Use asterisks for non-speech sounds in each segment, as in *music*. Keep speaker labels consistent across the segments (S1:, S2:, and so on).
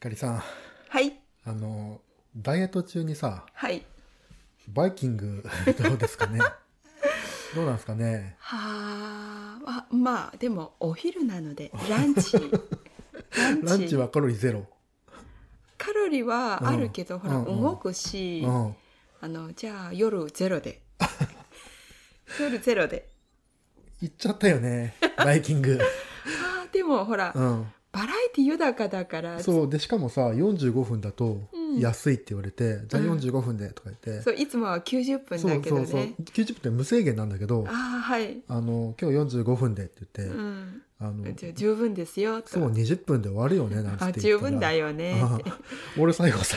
S1: かりさん、
S2: はい
S1: あの、ダイエット中にさ、
S2: はい
S1: バイキング *laughs* どうです
S2: *laughs*
S1: かねどうなんですかね
S2: はーあまあでもお昼な
S1: *laughs*
S2: のでランチランチ
S1: ランチはカロリーゼロ。
S2: カロリーはあるけど、
S1: うん
S2: ほら、
S1: うんうん
S2: 動くし、
S1: うん。
S2: あのじゃあ夜ゼロで *laughs* 夜ゼロで
S1: 行っちゃったよね、バイキン
S2: *laughs*
S1: グ。
S2: あーでもほら、
S1: うん。
S2: バラエティ豊かだから
S1: そう、で、しかもさ、45分だと
S2: うん
S1: 安いって言われて、じゃあ
S2: うん
S1: 45分でとか言って。
S2: そういつもは90分だけどね
S1: 90分って無制限なんだけど、
S2: ああはい、
S1: あの、今日45分でって言っ
S2: う
S1: て、
S2: ん、
S1: あの、
S2: じゃあ十分ですよと
S1: そう、20分で終わるよね、なんつっ
S2: あ
S1: て言
S2: 十
S1: ったら。
S2: 分だよね
S1: あ
S2: って
S1: 俺最後さ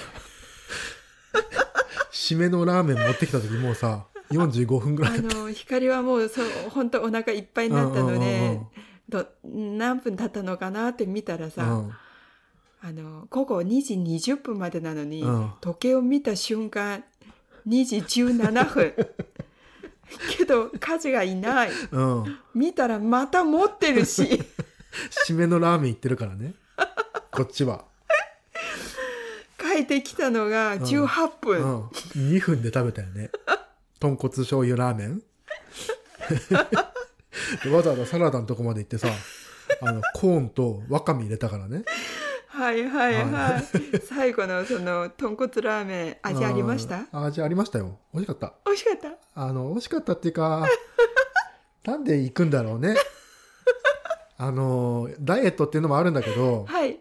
S1: 締めのラーメン持ってきた時もうさ45分ぐら
S2: あ
S1: いだっ
S2: の光はもうそう本当お腹いっぱいになったの
S1: うんうんうんう
S2: で
S1: ん
S2: ど何分経ったのかなって見たら
S1: た、
S2: さ、
S1: うん、
S2: あの午後2時20分までなのに、
S1: うん
S2: 時計を見た瞬間2時17分
S1: *laughs*
S2: けど家事がいない
S1: うん、
S2: 見たらまた持って
S1: *laughs*
S2: るし
S1: 締めのラーメン行ってるからねこっちは、
S2: 帰ってきたのが18
S1: う
S2: 分、
S1: ん、2分で食べたよね豚骨醤油ラーメンでわざわざサラダのとこまで行ってさあのコーンとわかめ入れたからね
S2: はいはいはい、
S1: は
S2: 最後のその豚骨ラーメン味ありました
S1: うん味ありましたよ美味しかった
S2: 美味しかった
S1: あの、惜しかったっていう
S2: *laughs*
S1: か、なんで行くんだろうね。あの、ダイエットっていうのもあるんだけど、
S2: はい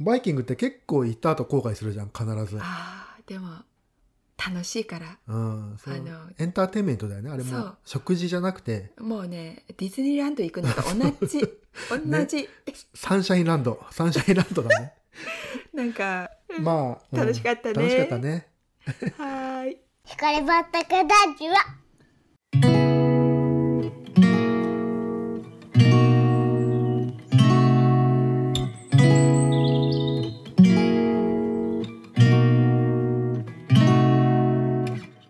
S1: バイキングって結構行った後後悔するじゃん、必ず。
S2: あーでも楽しいから
S1: うん、そう
S2: あの
S1: エンターテインメントだよね、あれ
S2: そ
S1: も
S2: う。
S1: 食事じゃなくて、
S2: もうねディズニーランド行くのと同
S1: *laughs*
S2: じ同じ、 *laughs*
S1: サンシャインランド、サンシャインランドだね。
S2: なんか、うん
S1: まあ、うん
S2: 楽しかったね
S1: 楽しかったね。
S2: はーい
S3: 光ばったけラジオ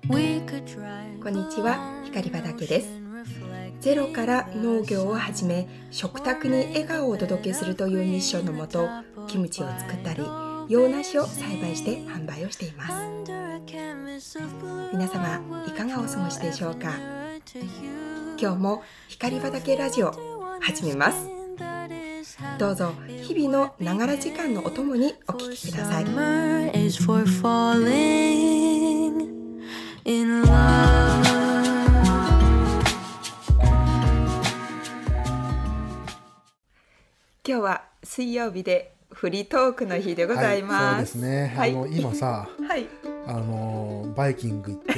S4: こ
S2: こ
S4: ん
S2: ん
S4: に
S2: にち
S4: ち
S2: は
S4: は、
S2: 光
S4: 光
S2: 畑で
S4: 畑ですす。
S2: ゼ
S4: ゼ
S2: ロ
S4: ロ
S2: か
S4: からら
S2: 農
S4: 農
S2: 業
S4: 業
S2: を
S4: を
S2: はじ
S4: 始
S2: め
S4: め、
S2: 食卓に笑顔をお届けするというミッションのもとキムチを作ったり洋梨を栽培して販売をしています
S4: 皆様、いかがお過ごしでしょうか今
S2: 今
S4: 日
S2: 日
S4: も
S2: も光
S4: 光
S2: 畑
S4: 畑
S2: ラ
S4: ラ
S2: ジ
S4: ジ
S2: オ
S4: オ
S2: 始
S4: 始
S2: め
S4: め
S2: ま
S4: ますす。
S2: ど
S4: ど
S2: う
S4: う
S2: ぞ
S4: ぞ
S2: 日
S4: 日
S2: 々
S4: 々
S2: の
S4: の
S2: な
S4: な
S2: が
S4: が
S2: ら
S4: ら
S2: 時
S4: 時
S2: 間の
S4: 間
S2: お
S4: のお
S2: と
S4: 供
S2: もにお
S4: お
S2: 聞
S4: 聞
S2: き
S4: き
S2: く
S4: く
S2: だ
S4: だ
S2: さ
S4: さ
S2: い
S4: い。
S2: 今日は水曜日でフリートークの日でござい
S1: は
S2: ま
S1: い
S2: す、
S1: そうですね。
S2: はい
S1: あの、今さ、
S2: はい
S1: あの、バイキング行って、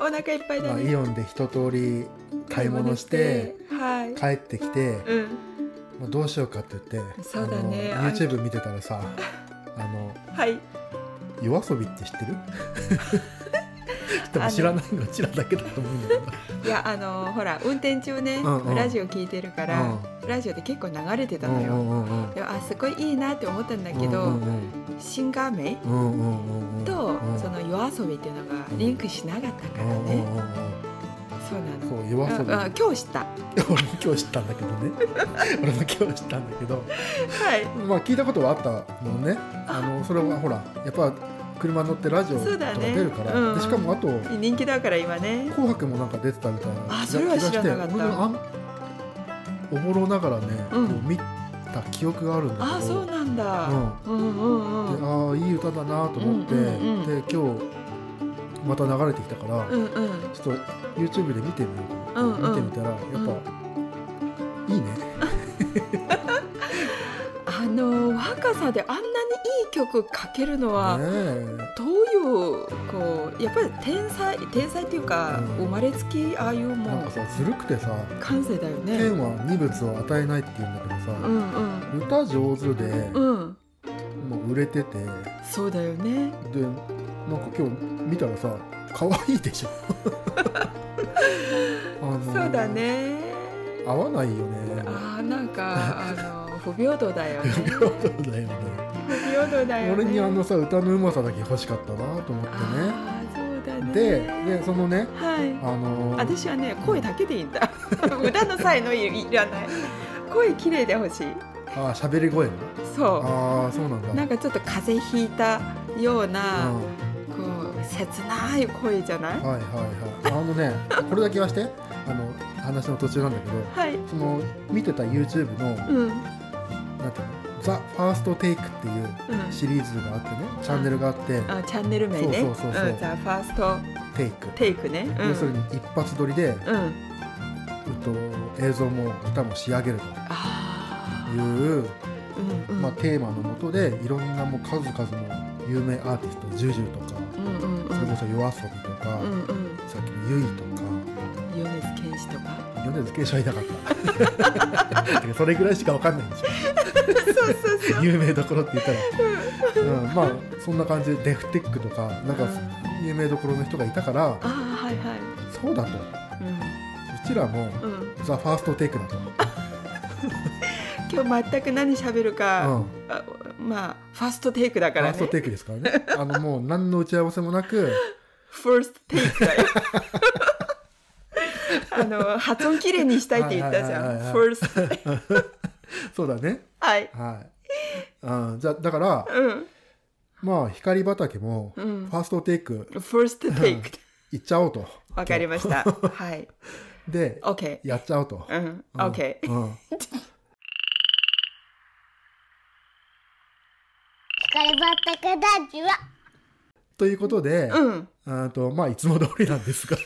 S2: お腹いっぱいだ
S1: まあ、
S2: ね
S1: イオンで一通り買い物して、
S2: はい
S1: 帰ってきて、
S2: うん
S1: まあ、どうしようかって言って
S2: そうだね
S1: あの YouTube 見てたらさあの
S2: はい
S1: 夜遊びって知ってるでも知らないのはうちらだけだと思うんだけど
S2: いやあのほら運転中ね
S1: うんうん
S2: ラジオ聞いてるからラジオで結構流れてたの
S1: う
S2: よ
S1: んうんうんうん
S2: でもあすごいいいなって思ったんだけ
S1: う
S2: ど
S1: んうん
S2: シンガー名
S1: うんうんうん
S2: と
S1: うん
S2: その夜遊びっていうのがリンクしなかったから
S1: うんうん
S2: ね
S1: うんうん
S2: そうなの
S1: そう夜遊び
S2: ああ今日知ったは
S1: 俺も今日知ったんだけどね俺も今日知ったんだけど
S2: い
S1: まあ聞いたことはあったのねあのそれはほらやっぱ車乗ってラジオ
S2: そ
S1: と
S2: うだ
S1: か
S2: ね
S1: 出るから、
S2: うんうん
S1: でしかもあと
S2: 人気だから今ね
S1: 紅白もなんか出てたみたいな
S2: あそれは知らなかった
S1: 俺もあんおぼろながらね、
S2: うん
S1: こう見た記憶があるんだけど
S2: あそうなんだうんうんうん
S1: うんであーいい歌だなと思って、
S2: うんうんうん
S1: で今日また流れてきたから、
S2: うんうん
S1: ちょっと YouTube で見てみようかな、
S2: うんうん
S1: 見てみたらやっぱ、いいね
S2: あの若さであんなにいい曲かけるのは、
S1: ね
S2: どういうこうやっぱり天才天才っていうか、
S1: うん
S2: 生まれつきああいう
S1: えなん
S2: も
S1: か
S2: う
S1: さずるくてさ
S2: 感性だよ
S1: 「
S2: ね。
S1: 天は二物を与えない」って言うんだけど
S2: う
S1: さ、
S2: んうん
S1: 歌上手で、
S2: うん
S1: もう売れててで
S2: そうだよね。
S1: なんか今日見たらさ可愛いで
S2: *laughs*
S1: しょあの
S2: そうだね。
S1: 合わないよね
S2: あーなんかあの不平等だ
S1: *laughs*
S2: よね。
S1: そうだよね
S2: 不平等だよね。
S1: 俺にあのさ歌のうまさだけ欲しかったなと思ってね
S2: あーそうだね。
S1: ででそのね
S2: はい。
S1: あのー
S2: 私
S1: *laughs*
S2: はね声だけでいいんだ。歌の才能いらない。声綺麗でほしい。
S1: ああ喋り声ね
S2: そ
S1: ああそうなんだ
S2: うなんかちょっと風邪ひいたような、
S1: うん
S2: こう切ない声じゃない
S1: はいはいはいあのねこれだけ言わしてあの話の途中なんだけど
S2: はい
S1: その見てた YouTube の、
S2: うんうん
S1: なんていうの「ザ・ファーストテイクっていうシリーズがあってねチャンネルがあって
S2: あチャンネル名ね
S1: そうそうそうそう
S2: うん、ザ・ファースト
S1: 「テイク
S2: テイクねうん
S1: 要するに一発撮りで、
S2: うん
S1: うん、と映像も歌も仕上げると
S2: あ
S1: いう、
S2: ーうんうん
S1: まあ、テーマのもとでいろんなもう数々の有名アーティスト JUJU とか
S2: うんうんうん
S1: それこそ YOASOBI とか、
S2: うんうん
S1: さっきのユイとか
S2: 米津玄師とか
S1: 米津玄師はいなかった *laughs* だけどそれぐらいしかわかんないんでしょ
S2: そうそうそう
S1: 有名どころって言ったら、うん、まあそんな感じでデフテックとかなんか有名どころの人がいたから
S2: ああはいはい
S1: そうだとうちらも
S2: うんうん
S1: 「ザ・ファーストテイクだと、
S2: 今日全く何喋る
S1: う
S2: か、
S1: ん、
S2: あまあファーストテイクだ
S1: フ
S2: か
S1: ァ
S2: ら
S1: ー
S2: ね
S1: ストテイクですから
S2: *laughs*
S1: ねあのもう何の打ち合わせもなく
S2: ファーストテイク
S1: *laughs*
S2: だよあの発音きれいにしたいって言ったじゃ
S1: はいはいはいは
S2: ん
S1: い
S2: ファースト
S1: そうだね
S2: はい
S1: はい、うん、じゃだから
S2: うん
S1: まあ光畑もフ
S2: うん
S1: ァーストテイク
S2: ファーストテイク
S1: いっちゃおうと
S2: わかり
S1: *laughs*
S2: ましたはい
S1: で
S2: OK
S1: やっちゃおうと、
S2: うん OK
S1: うんうん
S3: 光ばったかだじわ
S1: ということで、
S2: うん
S1: あとまあいつも通りなんです
S2: *laughs*
S1: が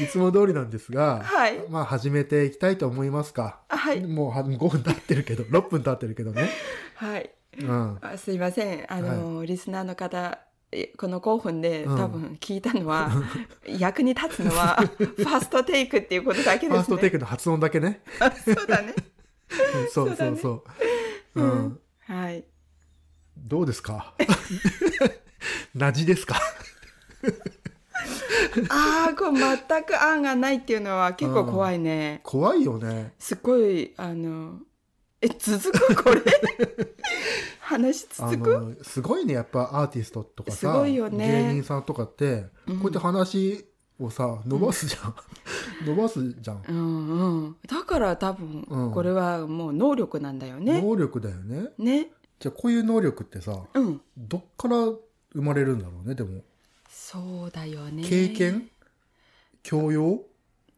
S1: いつも通りなんですが、
S2: はい
S1: まあ始めていきたいと思いますか、
S2: はい
S1: もうは5分経ってるけど6分経ってるけどね、
S2: はい
S1: うん、
S2: あすいませんあの、リスナーの方えこの興奮で
S1: うん
S2: 多分聞いたの
S1: *laughs*
S2: は、役に立つのはファーストテイクっていうことだけです
S1: フ
S2: ね。
S1: ァーストテイクの発音だけね
S2: そうだね。
S1: うんそうそうそうう、ん
S2: はい。
S1: どうですかなじですか
S2: ああ、これ全く案がないっていうのは結構怖いね。
S1: 怖いよね
S2: すっごいあのえ続
S1: *laughs*
S2: くこれ話
S1: あ
S2: 続く？
S1: のすごいねやっぱアーティストとか
S2: す
S1: さ
S2: ごいよね
S1: 芸人さんとかって
S2: う
S1: こ
S2: ん
S1: うやって話をさ伸ばすじゃん、伸ばすじゃん、
S2: うんうん。だから多分、
S1: うん
S2: これはもう能力なんだよね。
S1: 能力だよね
S2: ね。
S1: じゃあこういう能力ってさ
S2: うん。
S1: どっから生まれるんだろうねでも
S2: そうだよね。
S1: 経験、教養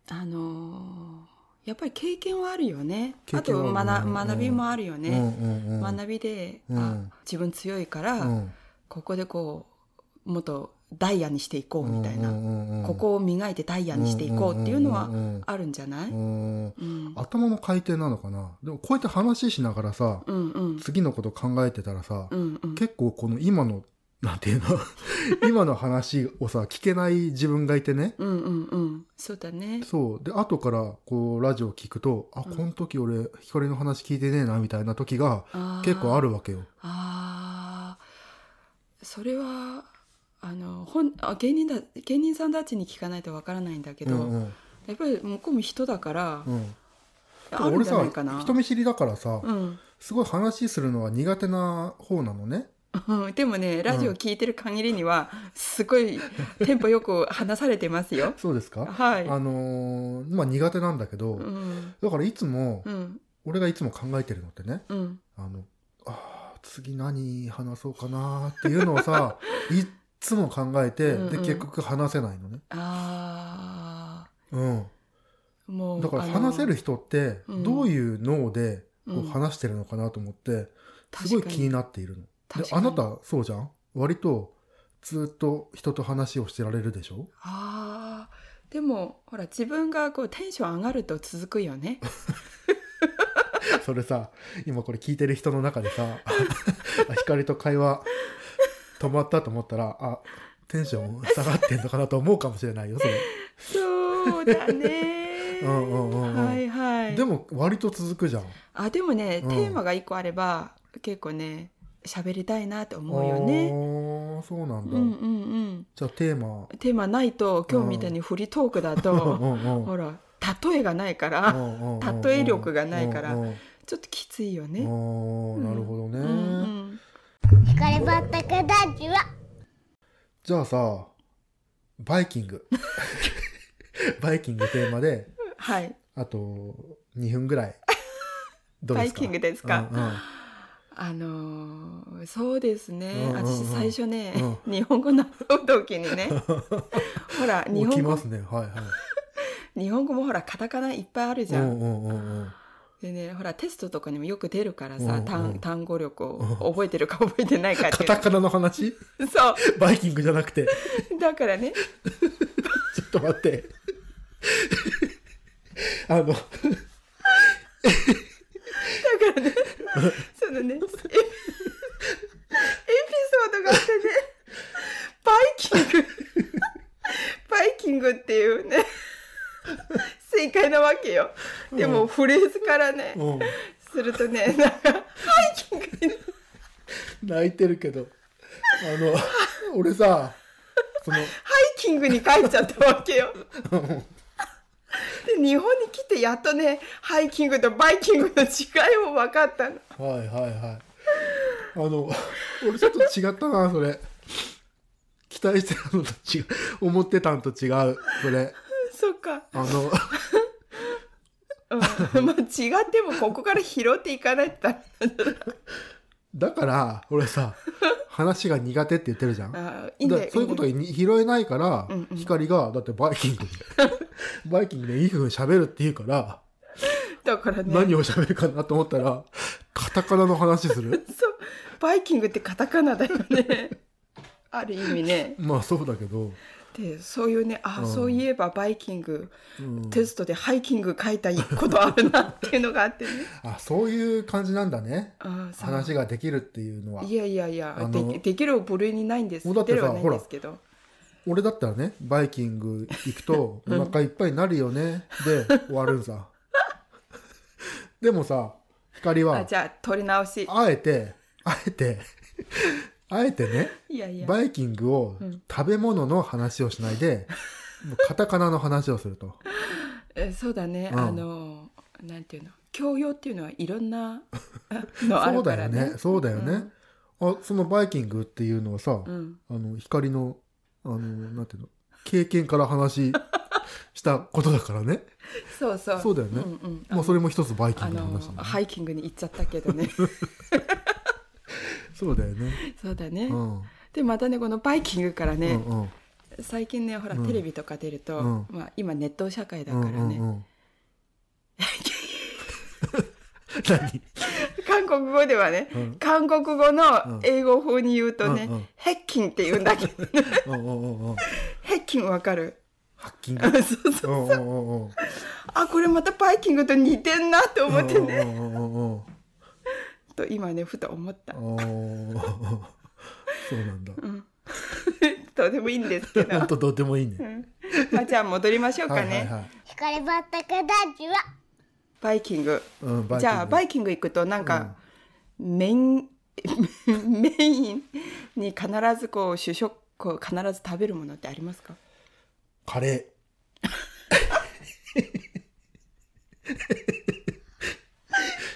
S2: あのーやっぱり経験はあるよね。
S1: 経
S2: あと
S1: 験はあ
S2: 学
S1: るね
S2: 学びもあるよ
S1: う
S2: ね。
S1: んうんうん、
S2: 学びで、
S1: う
S2: あ
S1: ん
S2: 自分強いから、
S1: うん
S2: ここでこうもっとダイヤにしていこうみたいな、
S1: うんうんうんうん
S2: ここを磨いてダイヤにしていこうっていうのは
S1: んん
S2: あるんじゃない、
S1: う
S2: うん
S1: んうん
S2: うん、
S1: 頭の回転なのかなでもこうやって話しながらさ
S2: うんうん
S1: 次のこと考えてたらさ、
S2: うんうん
S1: 結構この今のなんていうの *laughs* 今の話をさ聞けない自分がいてね
S2: うんうんうんそうだね
S1: そうで後からこうラジオ聞くとあ、
S2: うん
S1: この時俺光の話聞いてねえなみたいな時が結構あ
S2: る
S1: るわけよ。
S2: あーそれはあの本あ芸人だ芸人さんたちに聞かないとわからないんだけ
S1: う
S2: ど、
S1: んうん
S2: やっぱり向こうも人だから、
S1: うん、
S2: あるん
S1: 俺
S2: じゃ
S1: さ
S2: ないかな。
S1: 人見知りだからさ、
S2: うん
S1: すごい話するのは苦手な方なのね。。
S2: うん、でもねラジオ聞いてる限りには、すごいテンポよく話されてますよ
S1: そうですか
S2: はい。
S1: あのーまあ苦手なんだけど、
S2: うん
S1: だからいつも、
S2: うん
S1: 俺がいつも考えてるのってね
S2: うん
S1: あのあー次何話そうかなっていうのを
S2: *laughs*
S1: さいっつも考えて
S2: うんうん
S1: で結局話せないのね、
S2: あ
S1: う
S2: ーも
S1: ん、
S2: う
S1: だから
S2: あの
S1: 話せる人って
S2: うん
S1: どういう脳でこ
S2: う
S1: うん話してるのかなと思って、
S2: 確
S1: すごい
S2: か
S1: 気になっているの。で
S2: 確か
S1: あ
S2: に
S1: なたそうじゃん割とずっと人と話をしてられるでしょ *laughs*
S2: あーでもほら自分がこうテンション上がると続くよね。
S1: それさ今これ聞いてる人の中でさ *laughs* あ光と会話止まったと思ったらあテンション下がってんのかなと思うかもしれないよそれ、。
S2: そうだね
S1: *laughs* うんうんうんうん
S2: はいはい。
S1: でも割と続くじゃん
S2: あでもね、
S1: うん
S2: テーマが一個あれば結構ね喋りたいなと思うよね。
S1: ああそうなんだ、
S2: うんうんうん。
S1: じゃあテーマ
S2: テーマないと今日みたいにフリートークだと、
S1: んうん
S2: *laughs* ほら例えがないから
S1: うんうん
S2: 例え力がないから
S1: うんうん
S2: ちょっときついよ
S1: あ
S2: ね。
S1: ーなるほどね、
S2: うんうん、
S3: 光ばったかだじわ
S1: じゃあさバイキング *laughs* バイキングテーマで
S2: はい。
S1: あと2分ぐらいどう
S2: バ
S1: で
S2: イ
S1: すか
S2: キングですか
S1: うんうん
S2: あのーそうですね、
S1: うんうんうん
S2: 私最初ね、日本語習う時に
S1: *laughs*
S2: ねほら日
S1: 起き
S2: 本
S1: ま
S2: 語
S1: すねはいはい
S2: 日本語もほらカタカナいっぱいあるじ
S1: う
S2: ゃん、
S1: んうんうんうん
S2: でねほらテストとかにもよく出るからさ、
S1: うんうん
S2: 単単語力を覚えてるか *laughs* 覚えてないかって
S1: カ
S2: い
S1: タカナの話
S2: うそ
S1: バイキングじゃなくて
S2: うだからね
S1: ちょっと待って。 *laughs* あの、
S2: だからねそ
S1: *laughs*
S2: のねエピエピソードがあってねバイキ
S1: *laughs*
S2: ングバイキングっていうね正解なわけよでもフレーズからね、
S1: うん、
S2: するとねなんかバイキングに
S1: 泣いてるけど、あの、俺さ、その、
S2: ハイキングに帰っちゃった
S1: *laughs*
S2: わけよ。で日本に来てやっとねハイキングとバイキングの違いも分かったの。
S1: はいはいはい。あの、俺ちょっと違ったな、それ。期待してたのと違う、思ってたんと違う、それ。
S2: そっか、
S1: あの、
S2: うん、まあ違ってもここから拾っていかないとダメなんだ
S1: だから、俺さ、話が苦手って言ってるじゃん。
S2: あーいいんだ
S1: だ
S2: よ
S1: そういうこと
S2: い
S1: がに拾えないから、
S2: うんうん
S1: 光が、だってバイキングで、バイキングでいい風に喋るって言うから、
S2: いんだよだからね
S1: 何を喋るかなと思ったら、カタカナの話する
S2: そうバイキングってカタカナだよね。ある意味ね
S1: まあそうだけど、
S2: でそういうね
S1: う
S2: あ、
S1: ん
S2: そういえばバイキング
S1: うん、
S2: テストでハイキング書いたことあるなっていうのがあってね。
S1: あそういう感じなんだね
S2: あーそう
S1: 話ができるっていうのはい
S2: やいやいや
S1: あの
S2: できできる部類にないんです
S1: もうだってさ
S2: 出るはないんですけど
S1: 俺だったらねバイキング行くとお
S2: うん
S1: 腹いっぱいになるよね、で終わるんさ *laughs* でもさ光
S2: あ
S1: は
S2: じゃあ取り直し
S1: あえてあえてあえてね
S2: いやいや
S1: バイキングを
S2: うん
S1: 食べ物の話をしないで、もうカタカナの話をすると
S2: えそうだね、
S1: うん
S2: あのなんていうの教養っていうのはいろんなあ *laughs* のあ
S1: そ
S2: る
S1: うだ
S2: か
S1: よ
S2: ら
S1: ね
S2: ね
S1: そうだよね、あそのバイキングっていうのはさ、
S2: うん、うん
S1: あの光のあのなんていうの経験から話したことだからね
S2: そうそう
S1: そうだよね
S2: んうん
S1: まあそれも一つバイキ
S2: あ
S1: ングの
S2: の
S1: 話なんだね
S2: ハイキングに行っちゃったけ
S1: *laughs*
S2: どね
S1: そうだよね
S2: そうだね、
S1: うん
S2: でまたねこのバイキングから
S1: う
S2: ね、
S1: んうん
S2: 最近ねほら、
S1: うん
S2: テレビとか出ると、
S1: うん
S2: まあ、今ネット社会だ
S1: う
S2: から
S1: ん
S2: ね、
S1: うんうん何
S2: 韓国語ではね、 *laughs*
S1: うん
S2: 韓国語の英語風に言うとね、
S1: うんうん
S2: ヘッキンって言うんだけどね
S1: うんうんうんうん
S2: ヘッキンわかる
S1: ハッキン
S2: そ
S1: グ
S2: うそう
S1: うんうんうんうん
S2: あこれまたバイキングと似てんなと思ってね
S1: うんうんうんうん
S2: と今ねふと思った
S1: うんあーそうなんだ
S2: どうでもいいんですけ
S1: *laughs*
S2: ど
S1: ほんとどうでもいいね
S2: まあじゃあ戻りましょうかね、
S1: はいはいはい
S3: 光ばったくだじゅわ
S2: バイキング
S1: うんバイキング
S2: じゃあバイキング行くとなんか、メイン *laughs* メインに必ずこう主食こう必ず食べるものってありますか
S1: カレ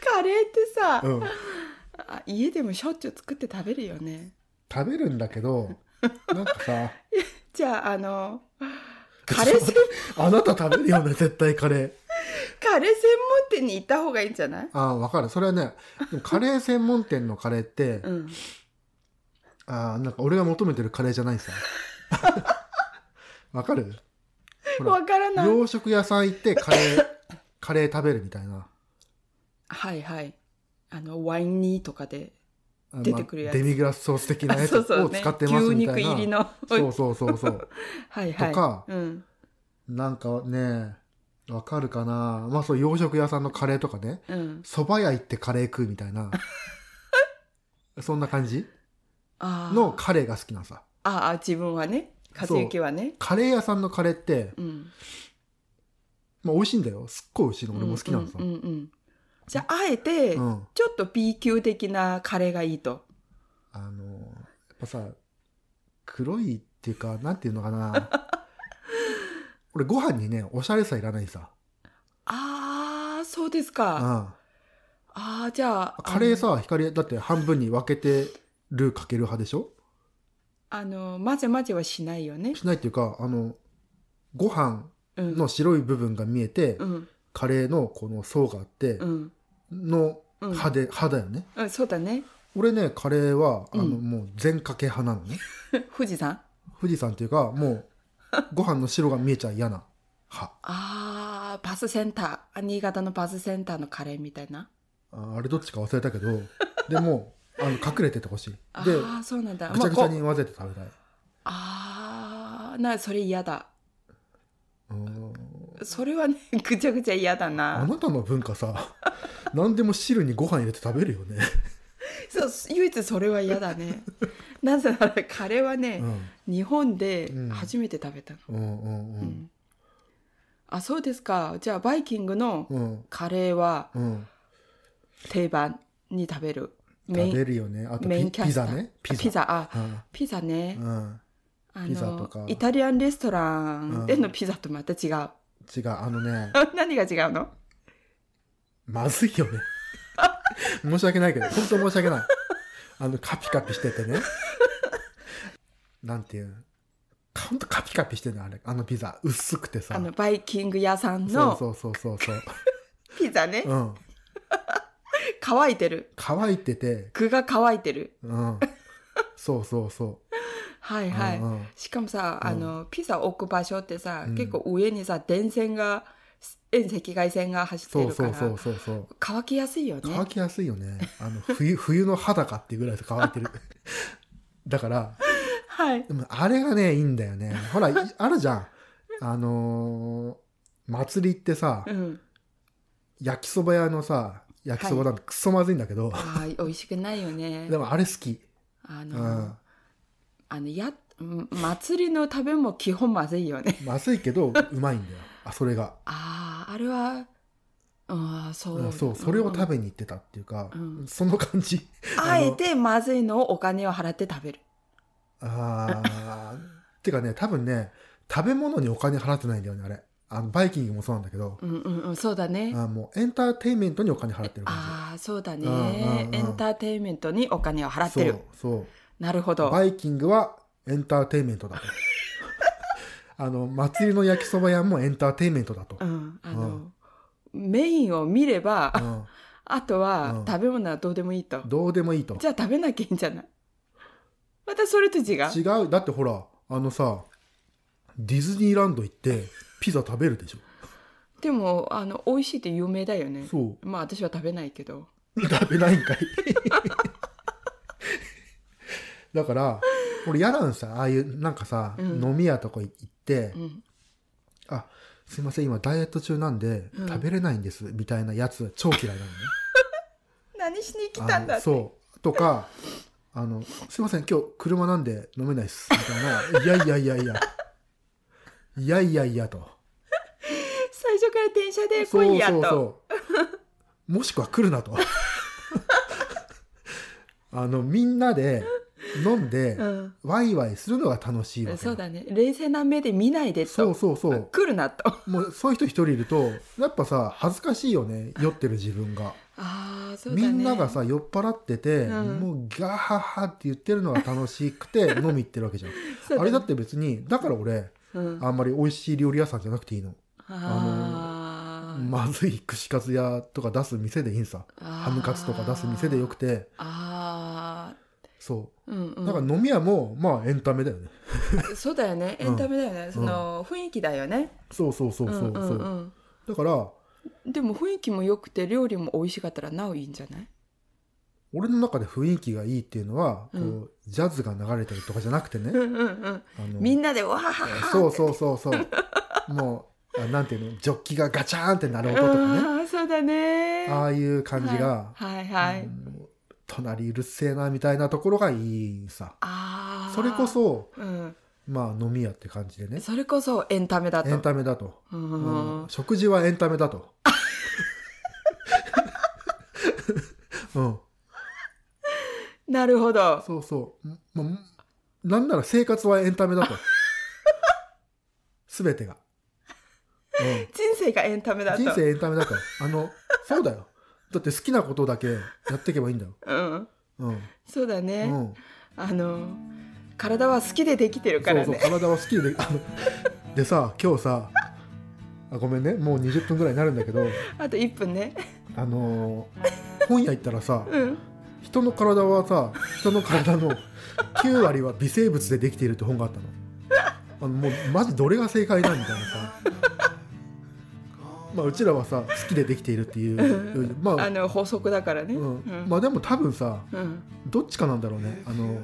S2: カレーってさ、
S1: ーうん
S2: あ家でもしょっちゅう作って食べるよね
S1: 食べるんだけ
S2: *laughs*
S1: どなんかさ
S2: じゃああのカレー専
S1: *laughs* あなた食べるよね絶対カレー
S2: カレー専門店に行った方がいいんじゃない
S1: ああわかるそれはねでもカレー専門店のカレーって
S2: うん
S1: ああなんか俺が求めてるカレーじゃないさ *laughs* わかるほら
S2: わからない
S1: 洋食屋さん行ってカレー *laughs* カレー食べるみたいな
S2: はいはいあのワイン煮とかで
S1: あの
S2: 出てくるやつ
S1: デミグラスソース的なやつ
S2: *laughs* あそうそう
S1: を
S2: ね
S1: 使ってますみたい
S2: 牛肉
S1: な、
S2: 入りの
S1: そうそうそうそう
S2: *laughs* はいはい
S1: とか
S2: うん、
S1: なんかねわかるかなまあそう洋食屋さんのカレーとかね
S2: うん、
S1: 蕎麦屋行ってカレー食うみたい
S2: *laughs*
S1: なそんな感じ
S2: あー
S1: のカレーが好きなのさ
S2: あー自分はね和幸はね
S1: カレー屋さんのカレーって、
S2: うん
S1: まあ、美味しいんだよすっごい美味しいの俺も好きなのさ、
S2: うんうんうんうんじゃああえて、
S1: うん
S2: ちょっと B 級的なカレーがいいと
S1: あの、やっぱさ、黒いっていうか、なんていうのかな。
S2: *laughs*
S1: 俺、ご飯にね、おしゃれさいらないさ。
S2: ああそうです
S1: うん。
S2: か、
S1: カ
S2: ああじゃあ
S1: レーさ、光、だって半分に分けてるかける派でしょ
S2: あのあの混ぜ混ぜはしないよね
S1: しないっていうか、あの、ご飯
S2: うん
S1: の白い部分が見えて、
S2: うん
S1: カレーのこの層があって、
S2: うん
S1: の
S2: うん
S1: 派で、派だよね
S2: うん、そうだね。 *laughs*
S1: 俺ねカレーはあの、
S2: うん
S1: もう全かけ派なの
S2: *laughs*
S1: ね
S2: 富士山
S1: 富士山っていうかもうご飯の白が見えちゃ嫌な派
S2: ああ、バスセンターあ。新潟のバスセンターのカレーみたいな。
S1: ああれどっちか忘れたけ
S2: *laughs*
S1: どでもあの隠れててほしいで
S2: ああ、そうなんだ。
S1: ぐちゃぐちゃ
S2: まあこ
S1: に
S2: う
S1: 混ぜて食べたい
S2: ああ、な、それ嫌だ。
S1: うーん
S2: それはね、 *laughs* ぐちゃぐちゃ嫌だ
S1: あ
S2: な。
S1: なたの文化さ *laughs* 何でも汁にご飯入れて食べるよね、
S2: そう、唯一それは嫌だ
S1: *laughs*
S2: ね。なぜなら、カレーは
S1: う
S2: *laughs* ね、
S1: ん、
S2: 日本で
S1: うん
S2: 初めて食べたの。
S1: うんうんう
S2: うんんあ、そうですか。じゃあ、バイキングの
S1: うん
S2: カレーは
S1: うん
S2: 定番に食べる。メイ
S1: 食
S2: ン
S1: べるよねあと
S2: メイン
S1: ピ
S2: キャ
S1: ピ
S2: スタ
S1: ザ
S2: ー
S1: ねピザ
S2: ピザ、あ、
S1: うん
S2: ピザね。
S1: うん、
S2: あ
S1: ピザと
S2: の
S1: か
S2: イタリアンレストランでのピザとまた違う。 *laughs*
S1: 違うあのね
S2: 何が違うの
S1: まずいよね *laughs* 申し訳ないけど本当申し訳ないあのカピカピしててねなんていう本当カピカピしてるのあれあのピザ薄くてさ
S2: あのバイキング屋さんの
S1: そうそうそうそうそう
S2: ピザね。
S1: うん
S2: 乾いてる。
S1: 乾いてて
S2: 具が乾いてる。
S1: うんそうそうそ。
S2: はいうはいう
S1: んうん
S2: しかもさ、
S1: うん
S2: あのピザ置く場所ってさ、
S1: うん
S2: 結構上にさ電線が遠赤外線が走って
S1: そう
S2: るか
S1: そ
S2: ら
S1: うそうそうそう
S2: 乾きやすいよね。
S1: 乾きやすいよねあの冬冬の肌かっていうぐらいで乾いてる
S2: *laughs*
S1: だから
S2: はい。
S1: でもあれがねいいんだよねほらいあるじゃんあのー祭りってさ
S2: うん。
S1: 焼きそば屋のさ焼きそばなんてクソまずいんだけど、
S2: あー美味しくないよね
S1: *laughs* で。もあれ好き、
S2: あ
S1: う
S2: の、
S1: ん、
S2: あのやん祭りの食べも基本まずいよね。
S1: まずいけどうまいんだよあそれが、
S2: あああれはああそううん
S1: そうそれを食
S2: べ
S1: べに行ってたっていうか、
S2: うん
S1: その感じ
S2: あえてまずいのをお金を払って食べる
S1: ああてかね多分ね食べ物にお金払ってないんだよねあれあのバイキングもそうなんだけど、
S2: うんうんうんそうだね
S1: あーもうエンターテインメントにお金払ってる感じ
S2: ああそうだね、
S1: うんうんうん
S2: エンターテインメントにお金を払ってる
S1: そう
S2: なる
S1: そ
S2: ほ
S1: う
S2: ど
S1: バイキングはエンターテインメント
S2: *laughs*
S1: だとあの祭りの焼きそば屋もエンターテインメントだと、
S2: うんあの、メインを見れば、
S1: うん
S2: あとは、
S1: うん
S2: 食べ物はどうでもいいと
S1: どうでもいいと
S2: じゃあ食べなきゃいいんじゃないまたそれと違う
S1: 違うだってほらあのさディズニーランド行ってピザ食べるでしょ
S2: でもあの美味しいって有名だよね
S1: そう
S2: まあ私は食べないけど
S1: 食べないんかい *laughs* だから俺やらんさああいうなんかさ、
S2: うん
S1: 飲み屋とか行って、
S2: うん
S1: あすいません今ダイエット中なんで、
S2: うん
S1: 食べれないんですみたいなやつ超嫌いなのね
S2: 何しに来た
S1: あ
S2: ん
S1: の
S2: だって
S1: そうとかあの「すいません今日車なんで飲めないっす」みたいな「いやいやいやいやいやいやいや」と
S2: 最初から電車で
S1: そ
S2: 来いうやと
S1: そうそうもしくは来るなとあのみんなで飲んで、
S2: うん
S1: ワイワイするのが楽しいわけ
S2: そうだね冷静な目で見ないでと
S1: そうそうそう
S2: 来るなと
S1: もうそういう人一人いるとやっぱさ恥ずかしいよね酔ってる自分が、
S2: ああそう
S1: み
S2: だね
S1: んながさ酔っ払ってて、
S2: うん
S1: もうガハハって言ってるのが楽しく
S2: *laughs*
S1: て飲み行ってるわけじゃん
S2: そうね
S1: あれだって別にだから俺
S2: うん
S1: あんまり美味しい料理屋さんじゃなくていいの、
S2: あー
S1: まずい串カツ屋とか出す店でいいんさハムカツとか出す店でよくて
S2: あー
S1: そ
S2: うんう、
S1: うんだから飲み屋もまあエンタメだよね、
S2: そうだよねエンタメだよね、その雰囲気だよね
S1: そうそうそうそうそう,、
S2: んうん
S1: だから
S2: うん、でも雰囲気も良くて料理も美味しかったらなおいいんじゃない
S1: 俺の中で雰囲気がいいっていうのは、
S2: う
S1: こうジャズが流れてるとかじゃなくて
S2: *laughs*
S1: ね、
S2: うんうんうん
S1: あの
S2: みんなでわはは
S1: え
S2: は
S1: ーそうそうそうそうもうあなんていうのジョッキがガチャーンってなる音とかね
S2: ああそうだね
S1: ああいう感じが、
S2: はいはい、はい
S1: うん隣うるせえなみたいなところがいいさ
S2: ああ
S1: それこ、そ
S2: うん、
S1: まあ飲み屋って感じでね
S2: それこそエンタメだと
S1: エンタメだと、
S2: う
S1: うん
S2: ん
S1: 食事はエンタメだと *laughs* うん
S2: なるほど。
S1: そうそう、まあ、なんなら生活はエンタメだと全てが、うん、
S2: 人生がエンタメだと。
S1: 人生エンタメだからあのそうだよだって好きなことだけやっていけばいいんだよ、
S2: うん。
S1: うん
S2: そうだ
S1: う
S2: ね。
S1: ん、
S2: あの体は好きでできてるからね。
S1: そうそう体は好きであのでさ今日さあごめんねもう20分ぐらいになるんだけど
S2: あと1分ね
S1: あのー本屋行ったらさ
S2: うん
S1: 人の体はさ人の体の9割は微生物でできているって本があったのあのもうマジどれが正解だみたいなさまあうちらはさ好きでできているっていうまあ
S2: あの法則だからね
S1: う
S2: うんん、
S1: まあでも多分さ
S2: うん
S1: どっちかなんだろうねあの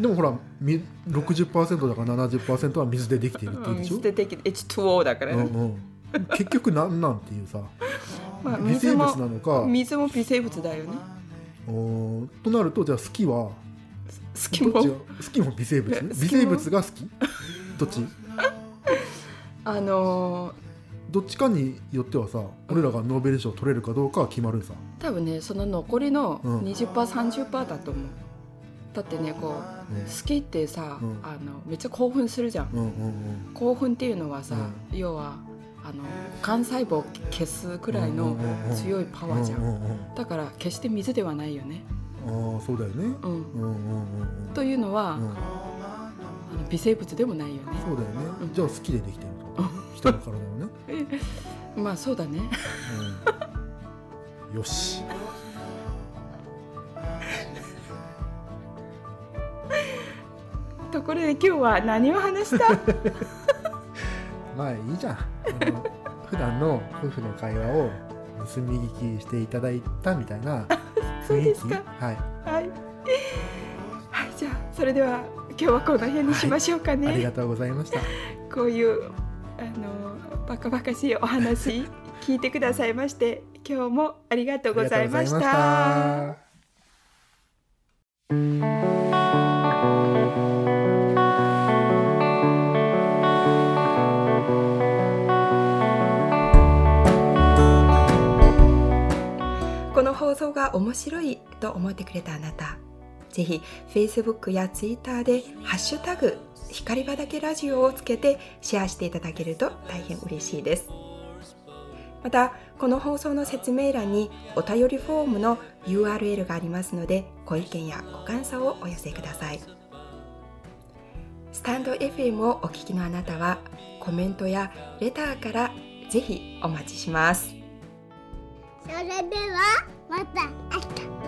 S1: でもほらみ60%だから70%は水でできているって言うでしょ
S2: 水、でできる H2O だから
S1: う
S2: ね、
S1: んうん、結局なんなんっていうさ
S2: *laughs* まあ、
S1: 微
S2: 水
S1: 生物な
S2: も
S1: のか
S2: 水も微生物だよね
S1: おーとなるとじゃあ好きは
S2: 好き
S1: どっちが
S2: も
S1: 好きも微生物
S2: え好きも
S1: 微生物が好き *laughs* どっち
S2: あのー
S1: どっちかによってはさ俺らがノーベル賞取れるかどうかは決まるさ
S2: 多分ねその残りの
S1: うん
S2: 20%30% だと思うだってねこう好きってさ、
S1: うん
S2: あのめっちゃ興奮するじゃん
S1: うんうんうん
S2: 興奮っていうのはさ、要はあの幹細胞を消すくらいの強いパ
S1: う
S2: ワ
S1: ん
S2: ー
S1: うん
S2: じゃん、
S1: うん
S2: だから決して水ではないよね、
S1: うんああそうだよね
S2: う
S1: うん
S2: ん
S1: うんうんうん
S2: というのは、
S1: うん
S2: あの微生物でもないよね
S1: そうだよね
S2: うん
S1: じゃあ好きでできてると人の体はね
S2: まあそうだね
S1: うんよし
S2: ところで今日は何を
S1: *laughs*
S2: 話した
S1: まあいいじゃんあの *laughs* 普段の夫婦の会話を盗み聞きしていただいたみたいな
S2: そう
S1: 雰囲
S2: で
S1: 気
S2: すか
S1: はい
S2: はい、はい、じゃあそれでは今日はこの辺にしましょうかね、
S1: ありがとうございました。
S2: こういうあのバカバカしいお話
S1: *laughs*
S2: 聞いてくださいまして今日もありがとうございまし
S1: ありがとうござい
S2: た
S1: ま。した。
S4: この放送が面白いと思ってくれたあなた、ぜひ Facebook や Twitter でハッシュタグ光場だけラジオをつけてシェアしていただけると大変嬉しいです。また、この放送の説明欄にお便りフォームの URL がありますので、ご意見やご感想をお寄せください。スタンド FM をお聞きのあなたは、コメントやレターからぜひお待ちします。
S3: それではまた明日